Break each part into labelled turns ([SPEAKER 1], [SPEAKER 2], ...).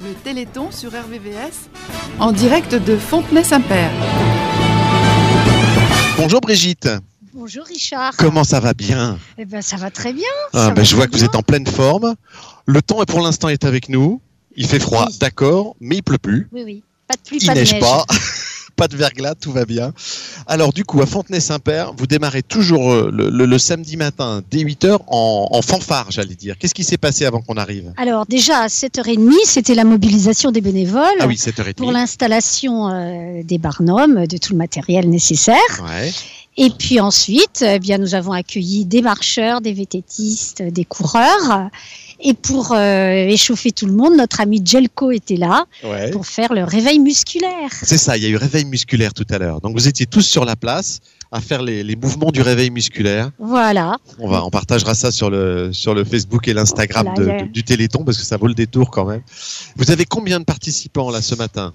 [SPEAKER 1] le Téléthon sur RVVS en direct de Fontenay-Saint-Père.
[SPEAKER 2] Bonjour Brigitte,
[SPEAKER 3] Bonjour Richard.
[SPEAKER 2] comment ça va bien
[SPEAKER 3] Eh ben ça va très bien.
[SPEAKER 2] Ah,
[SPEAKER 3] ça
[SPEAKER 2] ben,
[SPEAKER 3] va
[SPEAKER 2] Je vois
[SPEAKER 3] très
[SPEAKER 2] que vous
[SPEAKER 3] bien.
[SPEAKER 2] êtes en pleine forme. Le temps est pour l'instant est avec nous. Il fait froid,
[SPEAKER 3] Oui.
[SPEAKER 2] d'accord, mais il pleut plus.
[SPEAKER 3] Oui oui. Pas de pluie,
[SPEAKER 2] Il
[SPEAKER 3] pas de
[SPEAKER 2] neige
[SPEAKER 3] neige.
[SPEAKER 2] pas, pas de verglas, tout va bien. Alors du coup, à Fontenay-Saint-Père, vous démarrez toujours euh, le, le- le samedi matin dès 8h en, en fanfare, j'allais dire. Qu'est-ce qui s'est passé avant qu'on arrive
[SPEAKER 3] Alors déjà à 7h30, c'était la mobilisation des bénévoles
[SPEAKER 2] Ah oui, 7h30.
[SPEAKER 3] pour l'installation euh, des barnums, de tout le matériel nécessaire.
[SPEAKER 2] Ouais.
[SPEAKER 3] Et puis ensuite, eh bien nous avons accueilli des marcheurs, des vététistes, des coureurs. Et pour euh, échauffer tout le monde, notre ami Jelko était là
[SPEAKER 2] ouais.
[SPEAKER 3] pour faire le réveil musculaire.
[SPEAKER 2] C'est ça, il y a eu réveil musculaire tout à l'heure. Donc vous étiez tous sur la place à faire les, les mouvements du réveil musculaire.
[SPEAKER 3] Voilà.
[SPEAKER 2] On, va, on partagera ça sur le, sur le Facebook et l'Instagram
[SPEAKER 3] Voilà,
[SPEAKER 2] de-
[SPEAKER 3] il y a-
[SPEAKER 2] de- du Téléthon parce que ça vaut le détour quand même. Vous avez combien de participants là ce matin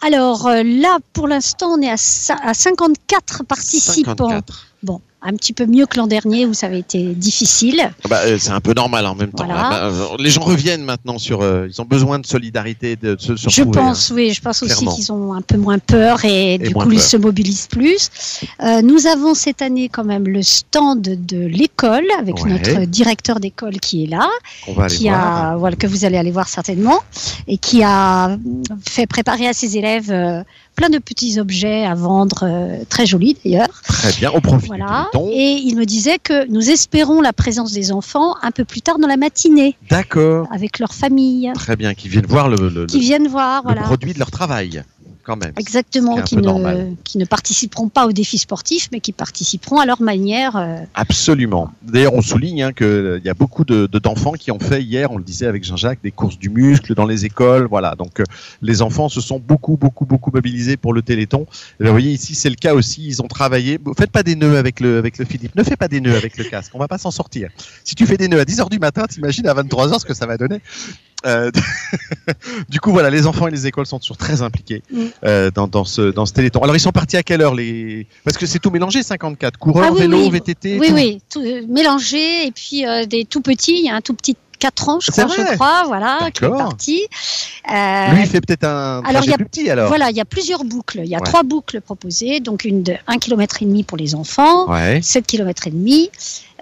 [SPEAKER 3] Alors euh, là, pour l'instant, on est à, cin- à 54 participants.
[SPEAKER 2] 54.
[SPEAKER 3] Bon, un petit peu mieux que l'an dernier où ça avait été difficile.
[SPEAKER 2] Ah bah, euh, c'est un peu normal en même temps.
[SPEAKER 3] Voilà.
[SPEAKER 2] Ah bah, euh, les gens reviennent maintenant sur. euh, ils ont besoin de solidarité, de, de se se
[SPEAKER 3] je
[SPEAKER 2] retrouver, hein,
[SPEAKER 3] pense, oui, je pense aussi
[SPEAKER 2] Clairement.
[SPEAKER 3] qu'ils ont un peu moins peur et, du
[SPEAKER 2] moins
[SPEAKER 3] coup ils
[SPEAKER 2] peur.
[SPEAKER 3] se mobilisent plus. Euh, nous avons cette année quand même le stand de l'école avec
[SPEAKER 2] Ouais.
[SPEAKER 3] notre directeur d'école qui est là,
[SPEAKER 2] hein. On va aller
[SPEAKER 3] qui
[SPEAKER 2] voir.
[SPEAKER 3] a voilà que vous allez aller voir certainement et qui a fait préparer à ses élèves euh, plein de petits objets à vendre, euh, très jolis d'ailleurs.
[SPEAKER 2] Très bien, on profite
[SPEAKER 3] Voilà.
[SPEAKER 2] du temps.
[SPEAKER 3] Et il me disait que nous espérons la présence des enfants un peu plus tard dans la matinée
[SPEAKER 2] D'accord.
[SPEAKER 3] avec leur famille.
[SPEAKER 2] Très bien, qu'ils viennent voir le, le- le-
[SPEAKER 3] qui viennent voir,
[SPEAKER 2] le
[SPEAKER 3] voilà.
[SPEAKER 2] produit de leur travail, quand même.
[SPEAKER 3] Exactement,
[SPEAKER 2] Ce qui
[SPEAKER 3] qui
[SPEAKER 2] est un peu
[SPEAKER 3] ne,
[SPEAKER 2] normal.
[SPEAKER 3] qui ne participeront pas aux défis sportifs, mais qui participeront à leur manière. euh,
[SPEAKER 2] Absolument. D'ailleurs, on souligne hein, qu'il y a beaucoup de- de- d'enfants qui ont fait hier, on le disait avec Jean-Jacques, des courses du muscle dans les écoles. Voilà. Donc, euh, les enfants se sont beaucoup, beaucoup, beaucoup mobilisés pour le Téléthon. Et là, vous voyez, ici, c'est le cas aussi. Ils ont travaillé. Vous Faites pas des nœuds avec le, avec le Philippe. Ne fais pas des nœuds avec le casque. On va pas s'en sortir. Si tu fais des nœuds à 10 heures du matin, t'imagines à 23 heures ce que ça va donner. Euh, du coup, voilà, les enfants et les écoles sont toujours très impliqués
[SPEAKER 3] Mm.
[SPEAKER 2] euh, dans, dans ce, dans ce Téléthon. Alors, ils sont partis à quelle heure les Parce que c'est tout mélangé, 54 coureurs,
[SPEAKER 3] Ah oui,
[SPEAKER 2] vélo,
[SPEAKER 3] oui.
[SPEAKER 2] VTT.
[SPEAKER 3] oui,
[SPEAKER 2] tout.
[SPEAKER 3] oui, tout, euh, mélangé, et puis euh, des tout petits, il y a un tout petit 4 ans, je
[SPEAKER 2] C'est
[SPEAKER 3] crois, je
[SPEAKER 2] vrai.
[SPEAKER 3] crois, voilà, qui est
[SPEAKER 2] D'accord.
[SPEAKER 3] parti. Euh,
[SPEAKER 2] Lui, il fait peut-être un
[SPEAKER 3] alors,
[SPEAKER 2] trajet
[SPEAKER 3] il y a-
[SPEAKER 2] plus petit alors.
[SPEAKER 3] voilà, il y a plusieurs boucles. Il y a
[SPEAKER 2] Ouais.
[SPEAKER 3] trois boucles proposées, donc une de 1 km et demi pour les enfants,
[SPEAKER 2] Ouais.
[SPEAKER 3] 7 km et demi.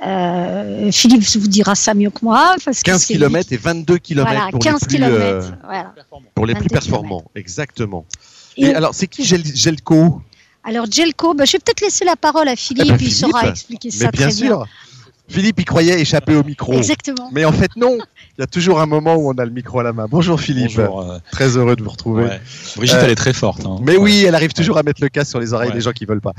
[SPEAKER 3] Euh, Philippe vous dira ça mieux que moi parce que
[SPEAKER 2] 15
[SPEAKER 3] c'est lui
[SPEAKER 2] km et 22 km
[SPEAKER 3] Voilà,
[SPEAKER 2] pour,
[SPEAKER 3] 15
[SPEAKER 2] les plus,
[SPEAKER 3] km.
[SPEAKER 2] euh,
[SPEAKER 3] Voilà.
[SPEAKER 2] pour les plus
[SPEAKER 3] 22
[SPEAKER 2] performants. Exactement. Et,
[SPEAKER 3] Et-
[SPEAKER 2] alors, c'est qui Gel- Gelco
[SPEAKER 3] Alors Jelko, bah, je vais peut-être laisser la parole à Philippe,
[SPEAKER 2] ben,
[SPEAKER 3] il saura
[SPEAKER 2] Philippe,
[SPEAKER 3] expliquer
[SPEAKER 2] Mais
[SPEAKER 3] ça
[SPEAKER 2] bien
[SPEAKER 3] très bien.
[SPEAKER 2] sûr. Philippe, il croyait échapper au micro.
[SPEAKER 3] Exactement.
[SPEAKER 2] Mais en fait, non. Il y a toujours un moment où on a le micro à la main. Bonjour Philippe.
[SPEAKER 4] Bonjour, euh,
[SPEAKER 2] Très heureux de vous retrouver.
[SPEAKER 4] ouais. Brigitte,
[SPEAKER 2] Euh,
[SPEAKER 4] elle est très forte. hein.
[SPEAKER 2] Mais
[SPEAKER 4] Ouais.
[SPEAKER 2] oui, elle arrive toujours à mettre le casque sur les oreilles
[SPEAKER 4] Ouais.
[SPEAKER 2] des gens qui veulent pas.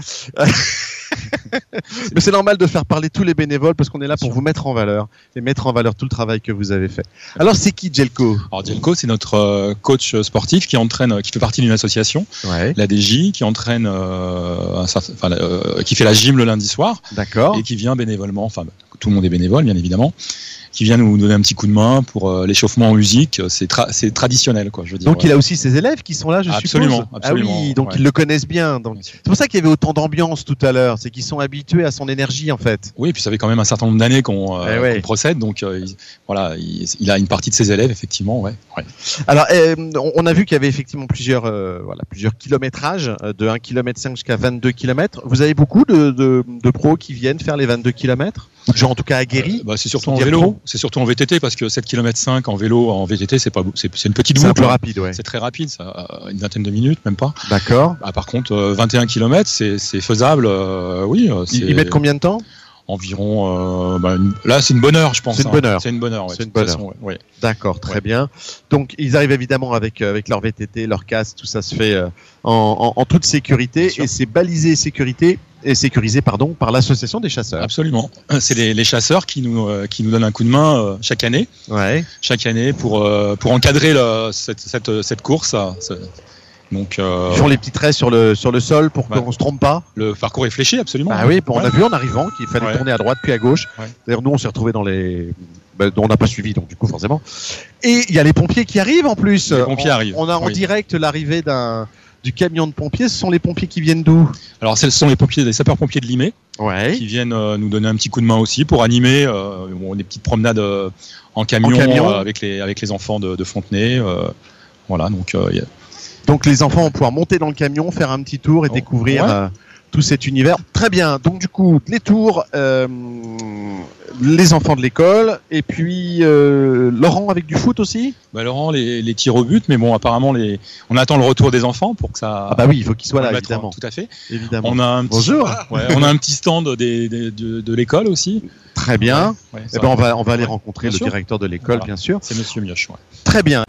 [SPEAKER 2] Mais c'est normal de faire parler tous les bénévoles parce qu'on est là pour vous mettre en valeur et mettre en valeur tout le travail que vous avez fait. Alors, c'est qui Jelco
[SPEAKER 4] Alors, Dielko, c'est notre euh, coach sportif qui entraîne, euh, qui fait partie d'une association,
[SPEAKER 2] Ouais.
[SPEAKER 4] la DJ, qui entraîne, euh, un certain- enfin, euh, qui fait la gym le lundi soir
[SPEAKER 2] D'accord.
[SPEAKER 4] et qui vient bénévolement. Enfin, bah, tout le monde est bénévole, bien évidemment, qui vient nous donner un petit coup de main pour euh, l'échauffement en musique. C'est tra- c'est traditionnel, quoi. Je veux dire.
[SPEAKER 2] Donc il a aussi ses élèves qui sont là, je
[SPEAKER 4] Absolument,
[SPEAKER 2] suppose. Ah
[SPEAKER 4] absolument,
[SPEAKER 2] oui, donc
[SPEAKER 4] ouais.
[SPEAKER 2] ils le connaissent bien. Donc c'est pour ça qu'il y avait autant d'ambiance tout à l'heure, c'est qu'ils sont habitués à son énergie en fait.
[SPEAKER 4] Oui, et puis ça fait quand même un certain nombre d'années qu'on euh,
[SPEAKER 2] Eh ouais.
[SPEAKER 4] qu'on procède, donc euh, il- voilà, il, il a une partie de ses élèves, effectivement, ouais. ouais.
[SPEAKER 2] Alors euh, on- on a vu qu'il y avait effectivement plusieurs euh, voilà plusieurs kilométrages euh, de 1 km 5 jusqu'à 22 km. Vous avez beaucoup de, de, de pros qui viennent faire les 22 km ou gens en tout cas aguerris.
[SPEAKER 4] Euh, bah, c'est surtout
[SPEAKER 2] Sans
[SPEAKER 4] en
[SPEAKER 2] dire
[SPEAKER 4] vélo,
[SPEAKER 2] trop.
[SPEAKER 4] c'est surtout en VTT parce que 7 km 5 en vélo en VTT c'est pas beau- c'est c'est une petite
[SPEAKER 2] c'est un
[SPEAKER 4] boucle.
[SPEAKER 2] peu rapide, ouais.
[SPEAKER 4] hein. C'est très rapide, ça, euh, une vingtaine de minutes même pas.
[SPEAKER 2] D'accord.
[SPEAKER 4] Ah, par contre euh, 21 km c'est c'est faisable euh, oui, euh, c'est
[SPEAKER 2] Ils, ils mettent combien de temps
[SPEAKER 4] environ euh, bah, une- là c'est une bonne heure je pense.
[SPEAKER 2] C'est une
[SPEAKER 4] hein.
[SPEAKER 2] bonne heure.
[SPEAKER 4] C'est une bonne heure. ouais,
[SPEAKER 2] C'est une
[SPEAKER 4] de toute
[SPEAKER 2] bonne
[SPEAKER 4] façon, ouais, ouais.
[SPEAKER 2] D'accord, très
[SPEAKER 4] Ouais.
[SPEAKER 2] bien. Donc ils arrivent évidemment avec euh, avec leur VTT, leur casque, tout ça se fait euh, en, en- en toute
[SPEAKER 4] Bien
[SPEAKER 2] sécurité
[SPEAKER 4] sûr.
[SPEAKER 2] et c'est balisé sécurité et sécurisé pardon par l'association des chasseurs.
[SPEAKER 4] Absolument. C'est les, les chasseurs qui nous euh, qui nous donnent un coup de main euh, chaque année,
[SPEAKER 2] Ouais.
[SPEAKER 4] chaque année pour euh, pour encadrer la- cette, cette cette course. euh, ce- Donc euh,
[SPEAKER 2] Ils font les petits traits sur le sur le sol pour
[SPEAKER 4] Ouais.
[SPEAKER 2] qu'on se trompe pas.
[SPEAKER 4] le parcours est fléché absolument.
[SPEAKER 2] Ah oui, bon, on
[SPEAKER 4] Ouais.
[SPEAKER 2] a vu en arrivant qu'il fallait
[SPEAKER 4] Ouais.
[SPEAKER 2] tourner à droite puis à gauche.
[SPEAKER 4] Ouais.
[SPEAKER 2] D'ailleurs nous on s'est retrouvés dans les ben, on n'a pas suivi donc du coup forcément. Et il y a les pompiers qui arrivent en plus.
[SPEAKER 4] Les pompiers
[SPEAKER 2] on,
[SPEAKER 4] arrivent,
[SPEAKER 2] On a en
[SPEAKER 4] oui.
[SPEAKER 2] direct l'arrivée d'un du camion de pompiers. Ce sont les pompiers qui viennent d'où
[SPEAKER 4] Alors ce sont les pompiers, les sapeurs-pompiers de Limay.
[SPEAKER 2] Ouais.
[SPEAKER 4] qui viennent euh, nous donner un petit coup de main aussi pour animer euh, bon, des petites promenades euh, en camion,
[SPEAKER 2] En camion.
[SPEAKER 4] euh, avec, les, avec les enfants de, de Fontenay. euh, Voilà, donc euh, il y a-
[SPEAKER 2] Donc les enfants vont pouvoir monter dans le camion, faire un petit tour et
[SPEAKER 4] Oh,
[SPEAKER 2] découvrir
[SPEAKER 4] ouais.
[SPEAKER 2] euh, tout cet univers. Très bien. Donc du coup, les tours, euh, les enfants de l'école, et puis euh, Laurent avec du foot aussi.
[SPEAKER 4] bah, Laurent, les, les tirs au but, mais bon, apparemment, les... on attend le retour des enfants pour que ça.
[SPEAKER 2] Ah bah oui, il faut qu'il soit
[SPEAKER 4] on
[SPEAKER 2] là
[SPEAKER 4] le mette
[SPEAKER 2] évidemment.
[SPEAKER 4] en- Tout à fait.
[SPEAKER 2] évidemment.
[SPEAKER 4] On a un petit,
[SPEAKER 2] Bonjour.
[SPEAKER 4] ouais, on a un petit stand des- des- de, de l'école aussi.
[SPEAKER 2] Très bien.
[SPEAKER 4] Ouais,
[SPEAKER 2] Eh
[SPEAKER 4] ça
[SPEAKER 2] ben
[SPEAKER 4] va.
[SPEAKER 2] on va on va aller
[SPEAKER 4] Ouais.
[SPEAKER 2] rencontrer
[SPEAKER 4] Bien
[SPEAKER 2] le
[SPEAKER 4] sûr.
[SPEAKER 2] directeur de l'école,
[SPEAKER 4] Voilà.
[SPEAKER 2] bien sûr.
[SPEAKER 4] C'est Monsieur Mioche. ouais.
[SPEAKER 2] Très bien.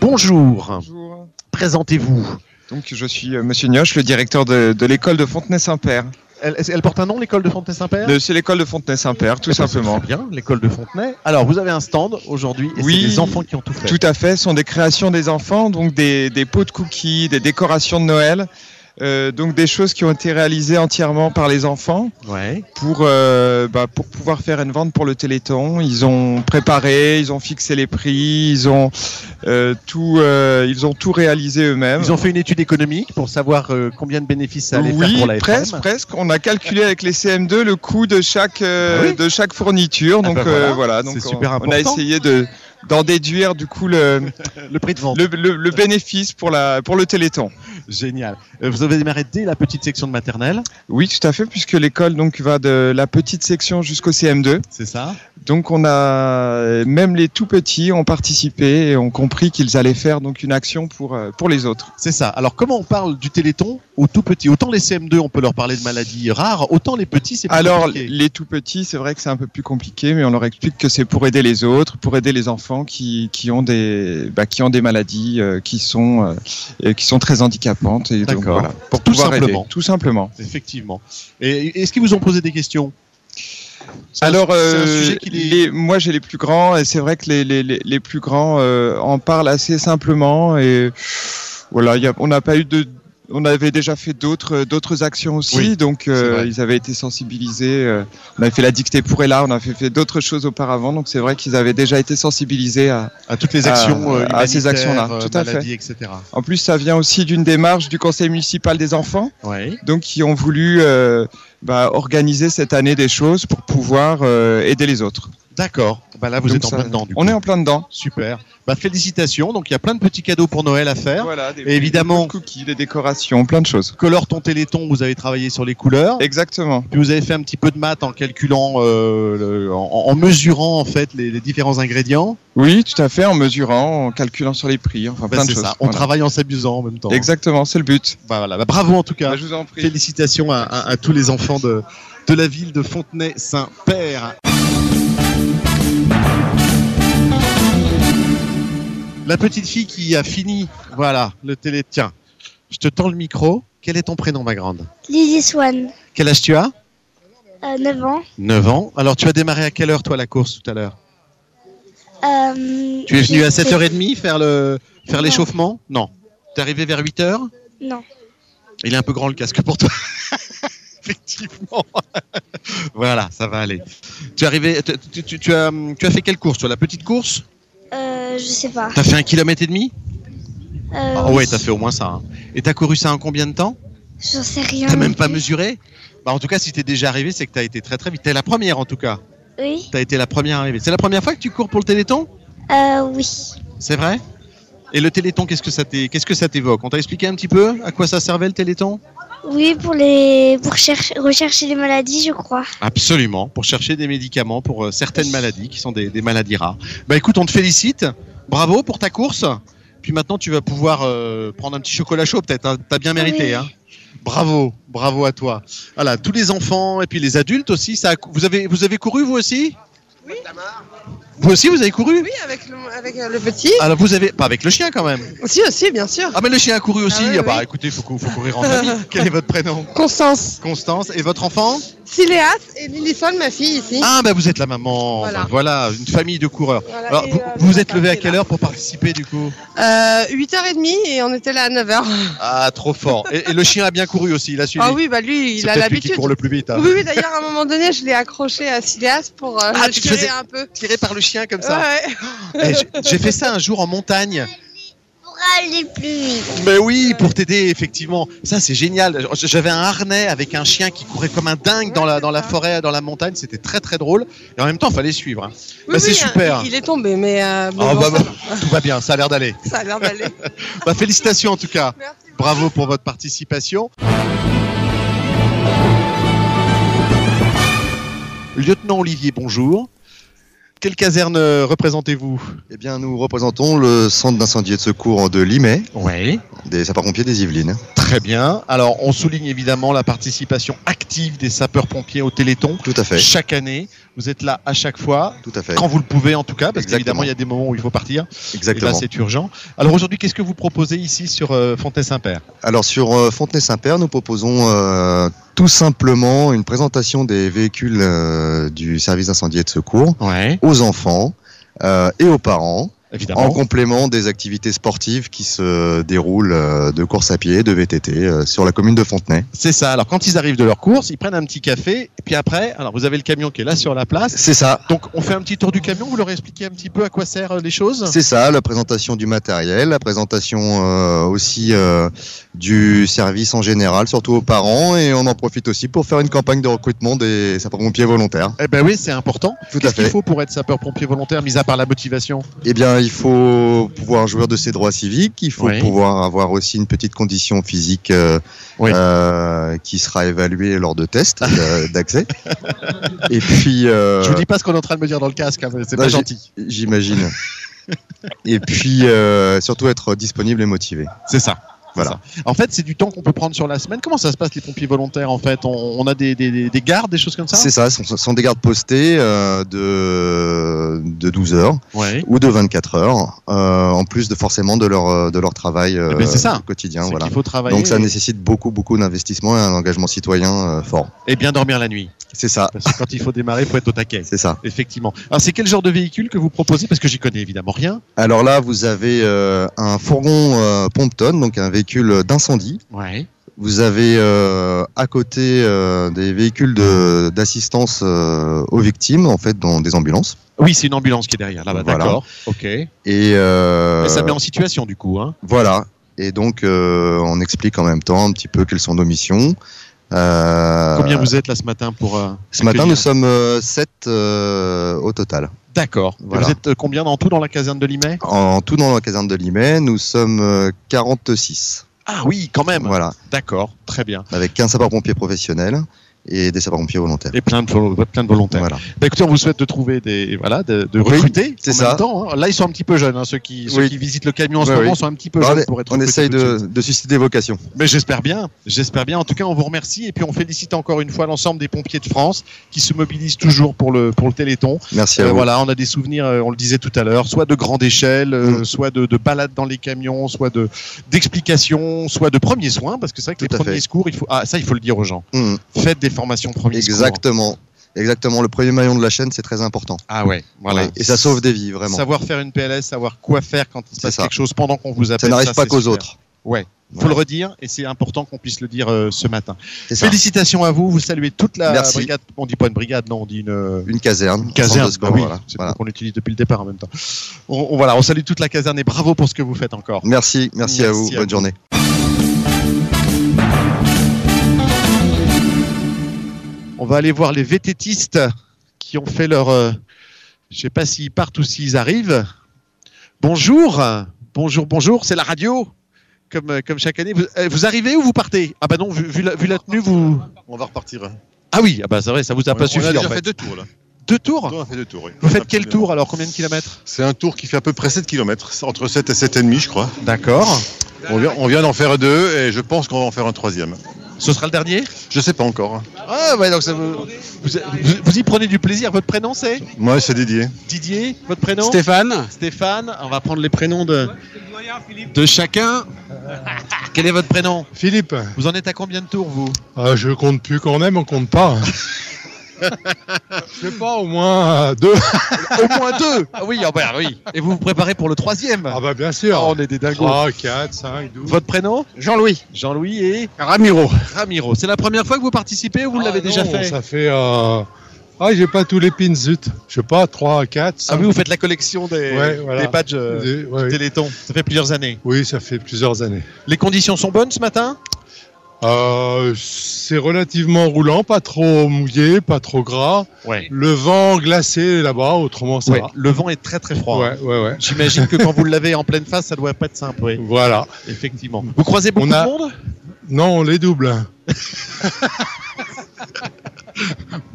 [SPEAKER 2] Bonjour.
[SPEAKER 5] Bonjour.
[SPEAKER 2] Présentez-vous.
[SPEAKER 5] Donc, je suis euh, Monsieur Nioche, le directeur de, de l'école de Fontenay-Saint-Père.
[SPEAKER 2] Elle, elle porte un nom, l'école de Fontenay-Saint-Père
[SPEAKER 5] De- C'est l'école de Fontenay-Saint-Père, tout
[SPEAKER 2] Eh ben, c'est
[SPEAKER 5] simplement.
[SPEAKER 2] très Bien, l'école de Fontenay. Alors, vous avez un stand aujourd'hui et
[SPEAKER 5] Oui.
[SPEAKER 2] c'est les enfants qui ont tout fait.
[SPEAKER 5] Tout à fait, ce sont des créations des enfants, donc des, des pots de cookies, des décorations de Noël, euh, donc des choses qui ont été réalisées entièrement par les enfants
[SPEAKER 2] Ouais.
[SPEAKER 5] pour, euh, bah, pour pouvoir faire une vente pour le Téléthon. Ils ont préparé, ils ont fixé les prix, ils ont, euh, tout, euh, ils ont tout réalisé eux-mêmes.
[SPEAKER 2] Ils ont fait une étude économique pour savoir euh, combien de bénéfices ça allait faire
[SPEAKER 5] oui,
[SPEAKER 2] pour la FM.
[SPEAKER 5] presque, presque. On a calculé avec les CM2 le coût de chaque euh,
[SPEAKER 2] Ah oui
[SPEAKER 5] de chaque fourniture.
[SPEAKER 2] Ah
[SPEAKER 5] Donc
[SPEAKER 2] bah voilà,
[SPEAKER 5] euh, voilà, donc
[SPEAKER 2] c'est
[SPEAKER 5] on,
[SPEAKER 2] super
[SPEAKER 5] on
[SPEAKER 2] important.
[SPEAKER 5] a essayé de d'en déduire du coup le
[SPEAKER 2] Le prix de vente.
[SPEAKER 5] le, le- le bénéfice pour la pour le Téléthon.
[SPEAKER 2] Génial. Euh, vous avez démarré dès la petite section de maternelle,
[SPEAKER 5] Oui, tout à fait, puisque l'école donc va de la petite section jusqu'au CM2.
[SPEAKER 2] c'est ça
[SPEAKER 5] Donc on a même les tout petits ont participé et ont compris qu'ils allaient faire donc une action pour euh, pour les autres.
[SPEAKER 2] C'est ça. Alors, comment on parle du téléthon aux tout petits Autant les CM2, on peut leur parler de maladies rares, autant les petits, c'est plus
[SPEAKER 5] Alors,
[SPEAKER 2] compliqué.
[SPEAKER 5] les tout petits, c'est vrai que c'est un peu plus compliqué, mais on leur explique que c'est pour aider les autres, pour aider les enfants qui, qui, ont, des, bah, qui ont des maladies euh, qui, sont, euh, et qui sont très handicapantes. Et donc,
[SPEAKER 2] D'accord.
[SPEAKER 5] voilà, pour
[SPEAKER 2] Tout
[SPEAKER 5] pouvoir
[SPEAKER 2] simplement.
[SPEAKER 5] aider. Tout simplement.
[SPEAKER 2] Effectivement. Et est-ce qu'ils vous ont posé des questions C'est un-
[SPEAKER 5] Alors,
[SPEAKER 2] c'est un
[SPEAKER 5] euh,
[SPEAKER 2] sujet qui les-
[SPEAKER 5] les- moi j'ai les plus grands, et c'est vrai que les, les, les, les plus grands euh, en parlent assez simplement. Et voilà, il y a, on n'a pas eu de. On avait déjà fait d'autres euh, d'autres actions aussi,
[SPEAKER 2] Oui,
[SPEAKER 5] donc euh,
[SPEAKER 2] vrai.
[SPEAKER 5] ils avaient été sensibilisés. euh, on avait fait la dictée pour Ella, on a fait, fait d'autres choses auparavant, donc c'est vrai qu'ils avaient déjà été sensibilisés à.
[SPEAKER 2] à toutes les actions
[SPEAKER 5] à-
[SPEAKER 2] euh,
[SPEAKER 5] Ah, à ces
[SPEAKER 2] humanitaires,
[SPEAKER 5] actions-là,
[SPEAKER 2] euh,
[SPEAKER 5] tout à fait.
[SPEAKER 2] maladies, etc.
[SPEAKER 5] En plus, ça vient aussi d'une démarche du conseil municipal des enfants,
[SPEAKER 2] Ouais.
[SPEAKER 5] donc qui ont voulu euh, bah, organiser cette année des choses pour pouvoir euh, aider les autres.
[SPEAKER 2] D'accord. Bah là, vous
[SPEAKER 5] Donc
[SPEAKER 2] êtes en
[SPEAKER 5] ça-
[SPEAKER 2] plein dedans. Du
[SPEAKER 5] On
[SPEAKER 2] coup.
[SPEAKER 5] est en plein dedans.
[SPEAKER 2] Super. Bah, félicitations. Donc, il y a plein de petits cadeaux pour Noël à faire.
[SPEAKER 5] Voilà, des,
[SPEAKER 2] Et évidemment-
[SPEAKER 5] des cookies, des décorations, plein de choses.
[SPEAKER 2] Colore ton téléthon, vous avez travaillé sur les couleurs.
[SPEAKER 5] Exactement.
[SPEAKER 2] Puis vous avez fait un petit peu de maths en calculant, euh, le- en, en mesurant en fait les, les différents ingrédients.
[SPEAKER 5] Oui, tout à fait, en mesurant, en calculant sur les prix, enfin
[SPEAKER 2] Bah,
[SPEAKER 5] plein de
[SPEAKER 2] c'est
[SPEAKER 5] choses.
[SPEAKER 2] ça. On
[SPEAKER 5] Voilà.
[SPEAKER 2] travaille en s'amusant en même temps.
[SPEAKER 5] Exactement, c'est le but.
[SPEAKER 2] Bah, voilà. Bah, bravo en tout cas.
[SPEAKER 5] Bah, je vous en prie.
[SPEAKER 2] Félicitations à, à- à tous les enfants de, de la ville de Fontenay-Saint-Père. La petite fille qui a fini, voilà, le télé. Tiens, je te tends le micro. Quel est ton prénom, ma grande
[SPEAKER 6] Lizzie Swan,
[SPEAKER 2] Quel âge tu as
[SPEAKER 6] euh, 9 ans.
[SPEAKER 2] 9 ans. Alors, tu as démarré à quelle heure, toi, la course tout à l'heure
[SPEAKER 6] Euh,
[SPEAKER 2] Tu es venu
[SPEAKER 6] j'ai
[SPEAKER 2] à
[SPEAKER 6] fait-
[SPEAKER 2] 7h30 faire le faire
[SPEAKER 6] Non.
[SPEAKER 2] l'échauffement Non. T'es arrivé vers 8h
[SPEAKER 6] Non.
[SPEAKER 2] Il est un peu grand le casque pour toi. Effectivement. voilà, ça va aller. Tu es arrivé, tu, tu- tu- tu as, hum, tu as fait quelle course toi La petite course
[SPEAKER 6] Euh, je sais pas.
[SPEAKER 2] T'as fait un kilomètre et demi
[SPEAKER 6] Euh,
[SPEAKER 2] Ah ouais, t'as fait au moins ça. hein. Et t'as couru ça en combien de temps
[SPEAKER 6] J'en sais rien.
[SPEAKER 2] T'as
[SPEAKER 6] non
[SPEAKER 2] même pas
[SPEAKER 6] plus.
[SPEAKER 2] mesuré bah en tout cas, si t'es déjà arrivé, c'est que t'as été très très vite. T'es la première en tout cas.
[SPEAKER 6] Oui.
[SPEAKER 2] T'as été la première arrivée. C'est la première fois que tu cours pour le Téléthon
[SPEAKER 6] Euh, oui.
[SPEAKER 2] C'est vrai Et le Téléthon, qu'est-ce que ça t'é- qu'est-ce que ça t'évoque On t'a expliqué un petit peu à quoi ça servait le Téléthon
[SPEAKER 6] Oui, pour les, pour chercher, rechercher les maladies, je crois.
[SPEAKER 2] Absolument, pour chercher des médicaments pour euh, certaines maladies qui sont des, des maladies rares. Bah écoute, on te félicite, bravo pour ta course. Puis maintenant, tu vas pouvoir euh, prendre un petit chocolat chaud, peut-être. hein. T'as
[SPEAKER 7] Ah
[SPEAKER 2] bien mérité,
[SPEAKER 6] Oui.
[SPEAKER 2] hein. Bravo, bravo à toi. Voilà, tous les enfants et puis les adultes aussi. Ça, a cou- vous avez, vous avez couru vous aussi
[SPEAKER 7] Oui.
[SPEAKER 2] Vous aussi, vous avez couru
[SPEAKER 7] Oui, avec le, avec euh, le petit.
[SPEAKER 2] Alors vous avez, pas avec le chien quand même.
[SPEAKER 7] Aussi, aussi, bien sûr.
[SPEAKER 2] Ah mais le chien a couru aussi.
[SPEAKER 7] Ah oui,
[SPEAKER 2] bah
[SPEAKER 7] oui.
[SPEAKER 2] écoutez, faut, cou- faut courir en famille. Quel est votre prénom
[SPEAKER 7] Constance,
[SPEAKER 2] Constance et votre enfant
[SPEAKER 7] Siléas et Lilithon, ma fille ici.
[SPEAKER 2] Ah bah vous êtes la maman.
[SPEAKER 7] Voilà.
[SPEAKER 2] Bah, voilà une famille de coureurs.
[SPEAKER 7] Voilà,
[SPEAKER 2] Alors,
[SPEAKER 7] et,
[SPEAKER 2] vous
[SPEAKER 7] euh,
[SPEAKER 2] vous
[SPEAKER 7] le
[SPEAKER 2] vous êtes
[SPEAKER 7] papa
[SPEAKER 2] levé à
[SPEAKER 7] qui est
[SPEAKER 2] quelle
[SPEAKER 7] là.
[SPEAKER 2] heure pour participer du coup
[SPEAKER 7] Euh, 8h30 et on était là à 9h.
[SPEAKER 2] Ah, trop fort. Et, et le chien a bien couru aussi, il a suivi.
[SPEAKER 7] Ah oui, bah lui,
[SPEAKER 2] C'est
[SPEAKER 7] il a
[SPEAKER 2] peut-être lui qui
[SPEAKER 7] l'habitude.
[SPEAKER 2] court le plus vite. hein.
[SPEAKER 7] Oui, oui, d'ailleurs, à un moment donné, je l'ai accroché à Siléas pour euh,
[SPEAKER 2] Ah,
[SPEAKER 7] le
[SPEAKER 2] tu te
[SPEAKER 7] tirer
[SPEAKER 2] faisais-
[SPEAKER 7] un peu.
[SPEAKER 2] Tiré par le chien comme ça.
[SPEAKER 7] Ouais.
[SPEAKER 2] Eh, j'ai- J'ai fait ça un jour en montagne.
[SPEAKER 6] Pour aller plus vite.
[SPEAKER 2] Mais oui, pour t'aider, effectivement. Ça, c'est génial. J'avais un harnais avec un chien qui courait comme un dingue dans la, dans la forêt, dans la montagne. C'était très, très drôle. Et en même temps, il fallait suivre. hein. Bah, c'est super.
[SPEAKER 7] Il est tombé, mais, euh, mais
[SPEAKER 2] Ah,
[SPEAKER 7] bon,
[SPEAKER 2] bah,
[SPEAKER 7] ça,
[SPEAKER 2] bah, tout va bien, ça a l'air d'aller.
[SPEAKER 7] ça a l'air d'aller.
[SPEAKER 2] Bah, félicitations en tout cas.
[SPEAKER 7] Merci.
[SPEAKER 2] Bravo pour votre participation. Lieutenant Olivier, bonjour. Quelle caserne euh, représentez-vous
[SPEAKER 8] Eh bien, nous représentons le centre d'incendie et de secours de Limay,
[SPEAKER 2] Oui.
[SPEAKER 8] des sapeurs-pompiers des Yvelines.
[SPEAKER 2] Très bien. Alors, on souligne évidemment la participation active des sapeurs-pompiers au Téléthon.
[SPEAKER 8] Tout à fait,
[SPEAKER 2] Chaque année, vous êtes là à chaque fois,
[SPEAKER 8] tout à fait,
[SPEAKER 2] quand vous le pouvez en tout cas, parce
[SPEAKER 8] Exactement.
[SPEAKER 2] qu'évidemment, il y a des moments où il faut partir. Et
[SPEAKER 8] exactement.
[SPEAKER 2] là, c'est urgent. Alors aujourd'hui, qu'est-ce que vous proposez ici sur euh, Fontenay-Saint-Père
[SPEAKER 8] Alors sur euh, Fontenay-Saint-Père, nous proposons euh, tout simplement une présentation des véhicules euh, du service d'incendie et de secours
[SPEAKER 2] Ouais.
[SPEAKER 8] aux enfants euh, et aux parents, en
[SPEAKER 2] Évidemment.
[SPEAKER 8] complément des activités sportives qui se déroulent euh, de course à pied, de VTT euh, sur la commune de Fontenay.
[SPEAKER 2] C'est ça. Alors quand ils arrivent de leur course, ils prennent un petit café. Et puis après, alors vous avez le camion qui est là sur la place.
[SPEAKER 8] C'est ça,
[SPEAKER 2] Donc on fait un petit tour du camion. Vous leur expliquez un petit peu à quoi servent les choses.
[SPEAKER 8] C'est ça, la présentation du matériel, la présentation euh, aussi euh, du service en général, surtout aux parents, et on en profite aussi pour faire une campagne de recrutement des sapeurs-pompiers volontaires.
[SPEAKER 2] Eh ben oui, c'est important.
[SPEAKER 8] Tout à
[SPEAKER 2] Qu'est-ce qu'il
[SPEAKER 8] fait.
[SPEAKER 2] faut pour être sapeur-pompier volontaire, mis à part la motivation
[SPEAKER 8] Eh bien, il faut pouvoir jouir de ses droits civiques, il faut
[SPEAKER 2] Oui.
[SPEAKER 8] pouvoir avoir aussi une petite condition physique euh,
[SPEAKER 2] Oui.
[SPEAKER 8] euh, qui sera évaluée lors de tests euh, d'accès. et puis, euh,
[SPEAKER 2] Je vous dis pas ce qu'on est en train de me dire dans le casque. hein, c'est
[SPEAKER 8] Non,
[SPEAKER 2] pas
[SPEAKER 8] j'ai-
[SPEAKER 2] gentil.
[SPEAKER 8] j'imagine. et puis, euh, surtout être disponible et motivé.
[SPEAKER 2] C'est ça. c'est
[SPEAKER 8] Voilà.
[SPEAKER 2] ça. En fait, c'est du temps qu'on peut prendre sur la semaine. Comment ça se passe les pompiers volontaires en fait on, on a des, des, des- des gardes, des choses comme ça
[SPEAKER 8] C'est ça, ce sont, ce sont des gardes postés euh, de, de 12 heures
[SPEAKER 2] Ouais.
[SPEAKER 8] ou de 24 heures, euh, en plus de forcément de leur, euh, de leur travail euh,
[SPEAKER 2] Eh ben, c'est ça.
[SPEAKER 8] quotidien.
[SPEAKER 2] C'est
[SPEAKER 8] Voilà.
[SPEAKER 2] qu'il faut travailler
[SPEAKER 8] Donc ça
[SPEAKER 2] et-
[SPEAKER 8] nécessite beaucoup, beaucoup d'investissement et un engagement citoyen euh, fort.
[SPEAKER 2] et bien dormir la nuit.
[SPEAKER 8] C'est ça,
[SPEAKER 2] Parce que quand il faut démarrer, il faut être au taquet.
[SPEAKER 8] c'est ça.
[SPEAKER 2] Effectivement. Alors, c'est quel genre de véhicule que vous proposez Parce que j'y connais évidemment rien.
[SPEAKER 8] Alors là, vous avez euh, un fourgon euh, pompe-tonne, donc un véhicule d'incendie.
[SPEAKER 2] Ouais.
[SPEAKER 8] Vous avez euh, à côté euh, des véhicules de- d'assistance euh, aux victimes, en fait, dans des ambulances.
[SPEAKER 2] Oui, c'est une ambulance qui est derrière là-bas.
[SPEAKER 8] Voilà.
[SPEAKER 2] D'accord. Ok.
[SPEAKER 8] Et euh,
[SPEAKER 2] Mais ça met en situation du coup. Hein.
[SPEAKER 8] Voilà. Et donc, euh, on explique en même temps un petit peu quelles sont nos missions. Euh,
[SPEAKER 2] Combien vous êtes là ce matin pour euh,
[SPEAKER 8] Ce matin,
[SPEAKER 2] accueillir
[SPEAKER 8] nous sommes euh, sept euh, au total.
[SPEAKER 2] D'accord. Et
[SPEAKER 8] Voilà.
[SPEAKER 2] Vous êtes euh, combien en tout dans la caserne de Limay
[SPEAKER 8] En tout, dans la caserne de Limay, nous sommes euh, 46.
[SPEAKER 2] Ah oui, quand même.
[SPEAKER 8] Voilà.
[SPEAKER 2] D'accord. Très bien.
[SPEAKER 8] Avec 15 sapeurs-pompiers professionnels et des sapeurs-pompiers volontaires.
[SPEAKER 2] Et plein de, vol- plein de volontaires.
[SPEAKER 8] Voilà.
[SPEAKER 2] Bah, écoutez, on vous souhaite de trouver des voilà de, de
[SPEAKER 8] Oui,
[SPEAKER 2] recruter.
[SPEAKER 8] c'est
[SPEAKER 2] en
[SPEAKER 8] ça.
[SPEAKER 2] Même temps, hein. Là, ils sont un petit peu jeunes. hein, Ceux qui ceux
[SPEAKER 8] Oui.
[SPEAKER 2] qui visitent le camion en ce
[SPEAKER 8] Oui,
[SPEAKER 2] moment
[SPEAKER 8] oui.
[SPEAKER 2] sont un petit peu
[SPEAKER 8] Alors,
[SPEAKER 2] jeunes pour être.
[SPEAKER 8] on
[SPEAKER 2] recrutés
[SPEAKER 8] essaye
[SPEAKER 2] tout de
[SPEAKER 8] de, de susciter des vocations.
[SPEAKER 2] Mais j'espère bien, j'espère bien. En tout cas, on vous remercie et puis on félicite encore une fois l'ensemble des pompiers de France qui se mobilisent toujours pour le pour le Téléthon.
[SPEAKER 8] Merci à
[SPEAKER 2] Euh,
[SPEAKER 8] vous.
[SPEAKER 2] voilà, on a des souvenirs, euh, on le disait tout à l'heure, soit de grande échelle, euh,
[SPEAKER 8] Mm.
[SPEAKER 2] soit de, de balades dans les camions, soit de d'explications, soit de premiers soins, parce que c'est vrai que les
[SPEAKER 8] Tout à
[SPEAKER 2] premiers
[SPEAKER 8] fait.
[SPEAKER 2] secours, il faut ah ça il faut le dire aux gens.
[SPEAKER 8] Mmh.
[SPEAKER 2] Faites des formations premiers secours.
[SPEAKER 8] Exactement. Exactement. Le premier maillon de la chaîne, c'est très important.
[SPEAKER 2] Ah ouais, voilà.
[SPEAKER 8] Ouais. Et ça sauve des vies, vraiment. Ça,
[SPEAKER 2] Savoir faire une PLS, savoir quoi faire quand il se
[SPEAKER 8] C'est
[SPEAKER 2] passe
[SPEAKER 8] ça.
[SPEAKER 2] quelque chose pendant qu'on vous appelle.
[SPEAKER 8] n'arrive pas
[SPEAKER 2] c'est
[SPEAKER 8] qu'aux
[SPEAKER 2] super.
[SPEAKER 8] autres.
[SPEAKER 2] Faut le redire et c'est important qu'on puisse le dire euh, ce matin.
[SPEAKER 8] C'est ça.
[SPEAKER 2] Félicitations à vous, vous saluez toute la
[SPEAKER 8] Merci.
[SPEAKER 2] brigade. On dit pas une brigade, non, on dit une, euh,
[SPEAKER 8] Une caserne.
[SPEAKER 2] une caserne.
[SPEAKER 8] centre de secours,
[SPEAKER 2] Bah oui,
[SPEAKER 8] voilà.
[SPEAKER 2] c'est
[SPEAKER 8] Voilà.
[SPEAKER 2] qu'on utilise depuis le départ en même temps. On, on- voilà, on salue toute la caserne et bravo pour ce que vous faites encore.
[SPEAKER 8] Merci, merci à
[SPEAKER 2] Merci
[SPEAKER 8] vous.
[SPEAKER 2] à
[SPEAKER 8] Bonne
[SPEAKER 2] vous.
[SPEAKER 8] journée.
[SPEAKER 2] On va aller voir les VTTistes qui ont fait leur. euh, Je sais pas s'ils partent ou s'ils arrivent. Bonjour, bonjour, bonjour. C'est la radio, comme euh, comme chaque année. Vous, euh, vous arrivez ou vous partez Ah bah non, vu, vu la, vu la tenue, vous.
[SPEAKER 9] On va repartir.
[SPEAKER 2] Ah oui, ah bah c'est vrai, ça vous a
[SPEAKER 9] on
[SPEAKER 2] pas suffi
[SPEAKER 9] a déjà
[SPEAKER 2] en
[SPEAKER 9] fait.
[SPEAKER 2] fait.
[SPEAKER 9] deux tours là.
[SPEAKER 2] Deux tours.
[SPEAKER 9] On a fait deux tours. oui.
[SPEAKER 2] Vous
[SPEAKER 9] On a
[SPEAKER 2] faites
[SPEAKER 9] pu-
[SPEAKER 2] quel tour alors Combien de kilomètres
[SPEAKER 9] C'est un tour qui fait à peu près 7 km, entre 7 et 7,5 je crois.
[SPEAKER 2] D'accord.
[SPEAKER 9] On vient, on vient d'en faire deux et je pense qu'on va en faire un troisième.
[SPEAKER 2] Ce sera le dernier
[SPEAKER 9] Je sais pas encore.
[SPEAKER 2] Ah ouais, donc ça vous, vous, vous- vous y prenez du plaisir. Votre prénom c'est
[SPEAKER 9] Moi c'est Didier.
[SPEAKER 2] Didier. Votre prénom
[SPEAKER 10] Stéphane,
[SPEAKER 2] Stéphane. On va prendre les prénoms de,
[SPEAKER 10] de chacun,
[SPEAKER 2] Quel est votre prénom
[SPEAKER 11] Philippe,
[SPEAKER 2] Vous en êtes à combien de tours, vous
[SPEAKER 11] euh, je compte plus qu'on aime, on compte pas. hein. je sais pas, au moins euh, deux.
[SPEAKER 2] Au moins deux Ah Oui, ah bah oui. Et vous vous préparez pour le troisième
[SPEAKER 11] Ah bah bien sûr.
[SPEAKER 2] Ah,
[SPEAKER 5] Oh,
[SPEAKER 2] On est des dingos.
[SPEAKER 11] 3, 4, 5, 12.
[SPEAKER 2] Votre prénom
[SPEAKER 10] Jean-Louis,
[SPEAKER 2] Jean-Louis et
[SPEAKER 10] Ramiro.
[SPEAKER 2] Ramiro. C'est la première fois que vous participez ou vous l'avez déjà fait
[SPEAKER 11] Ça fait euh,
[SPEAKER 5] Ah, j'ai pas tous les pins, zut. Je sais pas, 3, 4, 5.
[SPEAKER 2] Ah oui, vous faites la collection des,
[SPEAKER 5] Ouais, voilà.
[SPEAKER 2] des badges euh,
[SPEAKER 5] Des- ouais.
[SPEAKER 2] du Téléthon. Ça fait plusieurs années.
[SPEAKER 5] Oui, ça fait plusieurs années.
[SPEAKER 2] Les conditions sont bonnes ce matin
[SPEAKER 5] Euh, c'est relativement roulant, pas trop mouillé, pas trop gras.
[SPEAKER 2] Ouais.
[SPEAKER 5] Le vent glacé là-bas, autrement ça
[SPEAKER 2] Ouais,
[SPEAKER 5] va.
[SPEAKER 2] Le vent est très très froid.
[SPEAKER 5] Ouais, ouais, ouais.
[SPEAKER 2] J'imagine que quand vous le l'avez en pleine face, ça doit pas être simple. oui.
[SPEAKER 5] Voilà.
[SPEAKER 2] Effectivement. Vous croisez beaucoup
[SPEAKER 5] On a-
[SPEAKER 2] de monde
[SPEAKER 5] Non, on les double. hein,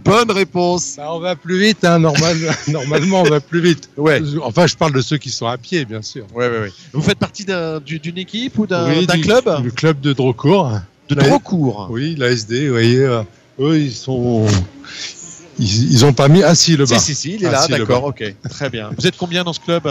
[SPEAKER 2] Bonne réponse.
[SPEAKER 5] on va plus vite, hein, normal, normalement, on va plus vite.
[SPEAKER 2] Ouais.
[SPEAKER 5] Enfin, je parle de ceux qui sont à pied, bien sûr.
[SPEAKER 2] Ouais, ouais, ouais. Vous faites partie d'un- du- d'une équipe ou d'un
[SPEAKER 5] Oui,
[SPEAKER 2] d'un
[SPEAKER 5] du-
[SPEAKER 2] club
[SPEAKER 5] Du club de Drocourt.
[SPEAKER 2] De
[SPEAKER 5] La-
[SPEAKER 2] trop court.
[SPEAKER 5] Oui, l'ASD, vous voyez, euh, eux, ils sont. Ils, ils ont pas mis. Ah, si, le bas.
[SPEAKER 2] Si, si, si, il est
[SPEAKER 5] Ah,
[SPEAKER 2] là,
[SPEAKER 5] si, le
[SPEAKER 2] d'accord, ok. Très bien. Vous êtes combien dans ce club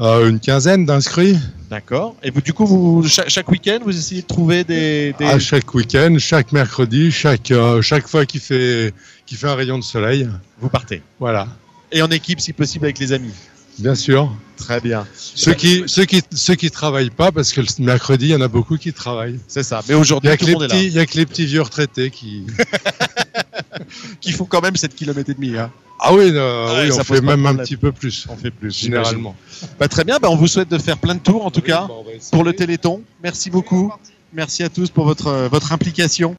[SPEAKER 5] Euh, une quinzaine d'inscrits.
[SPEAKER 2] D'accord. Et vous, du coup, vous, cha- chaque, week-end, vous essayez de trouver des. des-
[SPEAKER 5] À chaque week-end, chaque mercredi, chaque, euh, chaque fois qu'il fait, qu'il fait un rayon de soleil.
[SPEAKER 2] Vous partez.
[SPEAKER 5] Voilà,
[SPEAKER 2] Et en équipe, si possible, avec les amis.
[SPEAKER 5] bien sûr.
[SPEAKER 2] Très bien.
[SPEAKER 5] Ceux qui, ceux qui, ceux qui travaillent pas, parce que le mercredi, il y en a beaucoup qui travaillent.
[SPEAKER 2] C'est ça. Mais
[SPEAKER 5] Il y
[SPEAKER 2] aujourd'hui,
[SPEAKER 5] a que
[SPEAKER 2] tout le
[SPEAKER 5] les
[SPEAKER 2] monde
[SPEAKER 5] petits,
[SPEAKER 2] est
[SPEAKER 5] il y a que les petits vieux retraités qui.
[SPEAKER 2] là. Qui font quand même 7 km et demi. Hein.
[SPEAKER 5] Ah oui, euh,
[SPEAKER 2] Ouais,
[SPEAKER 5] oui,
[SPEAKER 2] ça
[SPEAKER 5] on
[SPEAKER 2] pose
[SPEAKER 5] fait
[SPEAKER 2] pas de
[SPEAKER 5] même un
[SPEAKER 2] problème.
[SPEAKER 5] petit peu plus,
[SPEAKER 2] On fait plus.
[SPEAKER 5] généralement.
[SPEAKER 2] j'imagine. Bah, très bien. Bah, on vous souhaite de faire plein de tours, en tout cas, pour le Téléthon. Merci beaucoup. Merci à tous pour votre, euh, votre implication.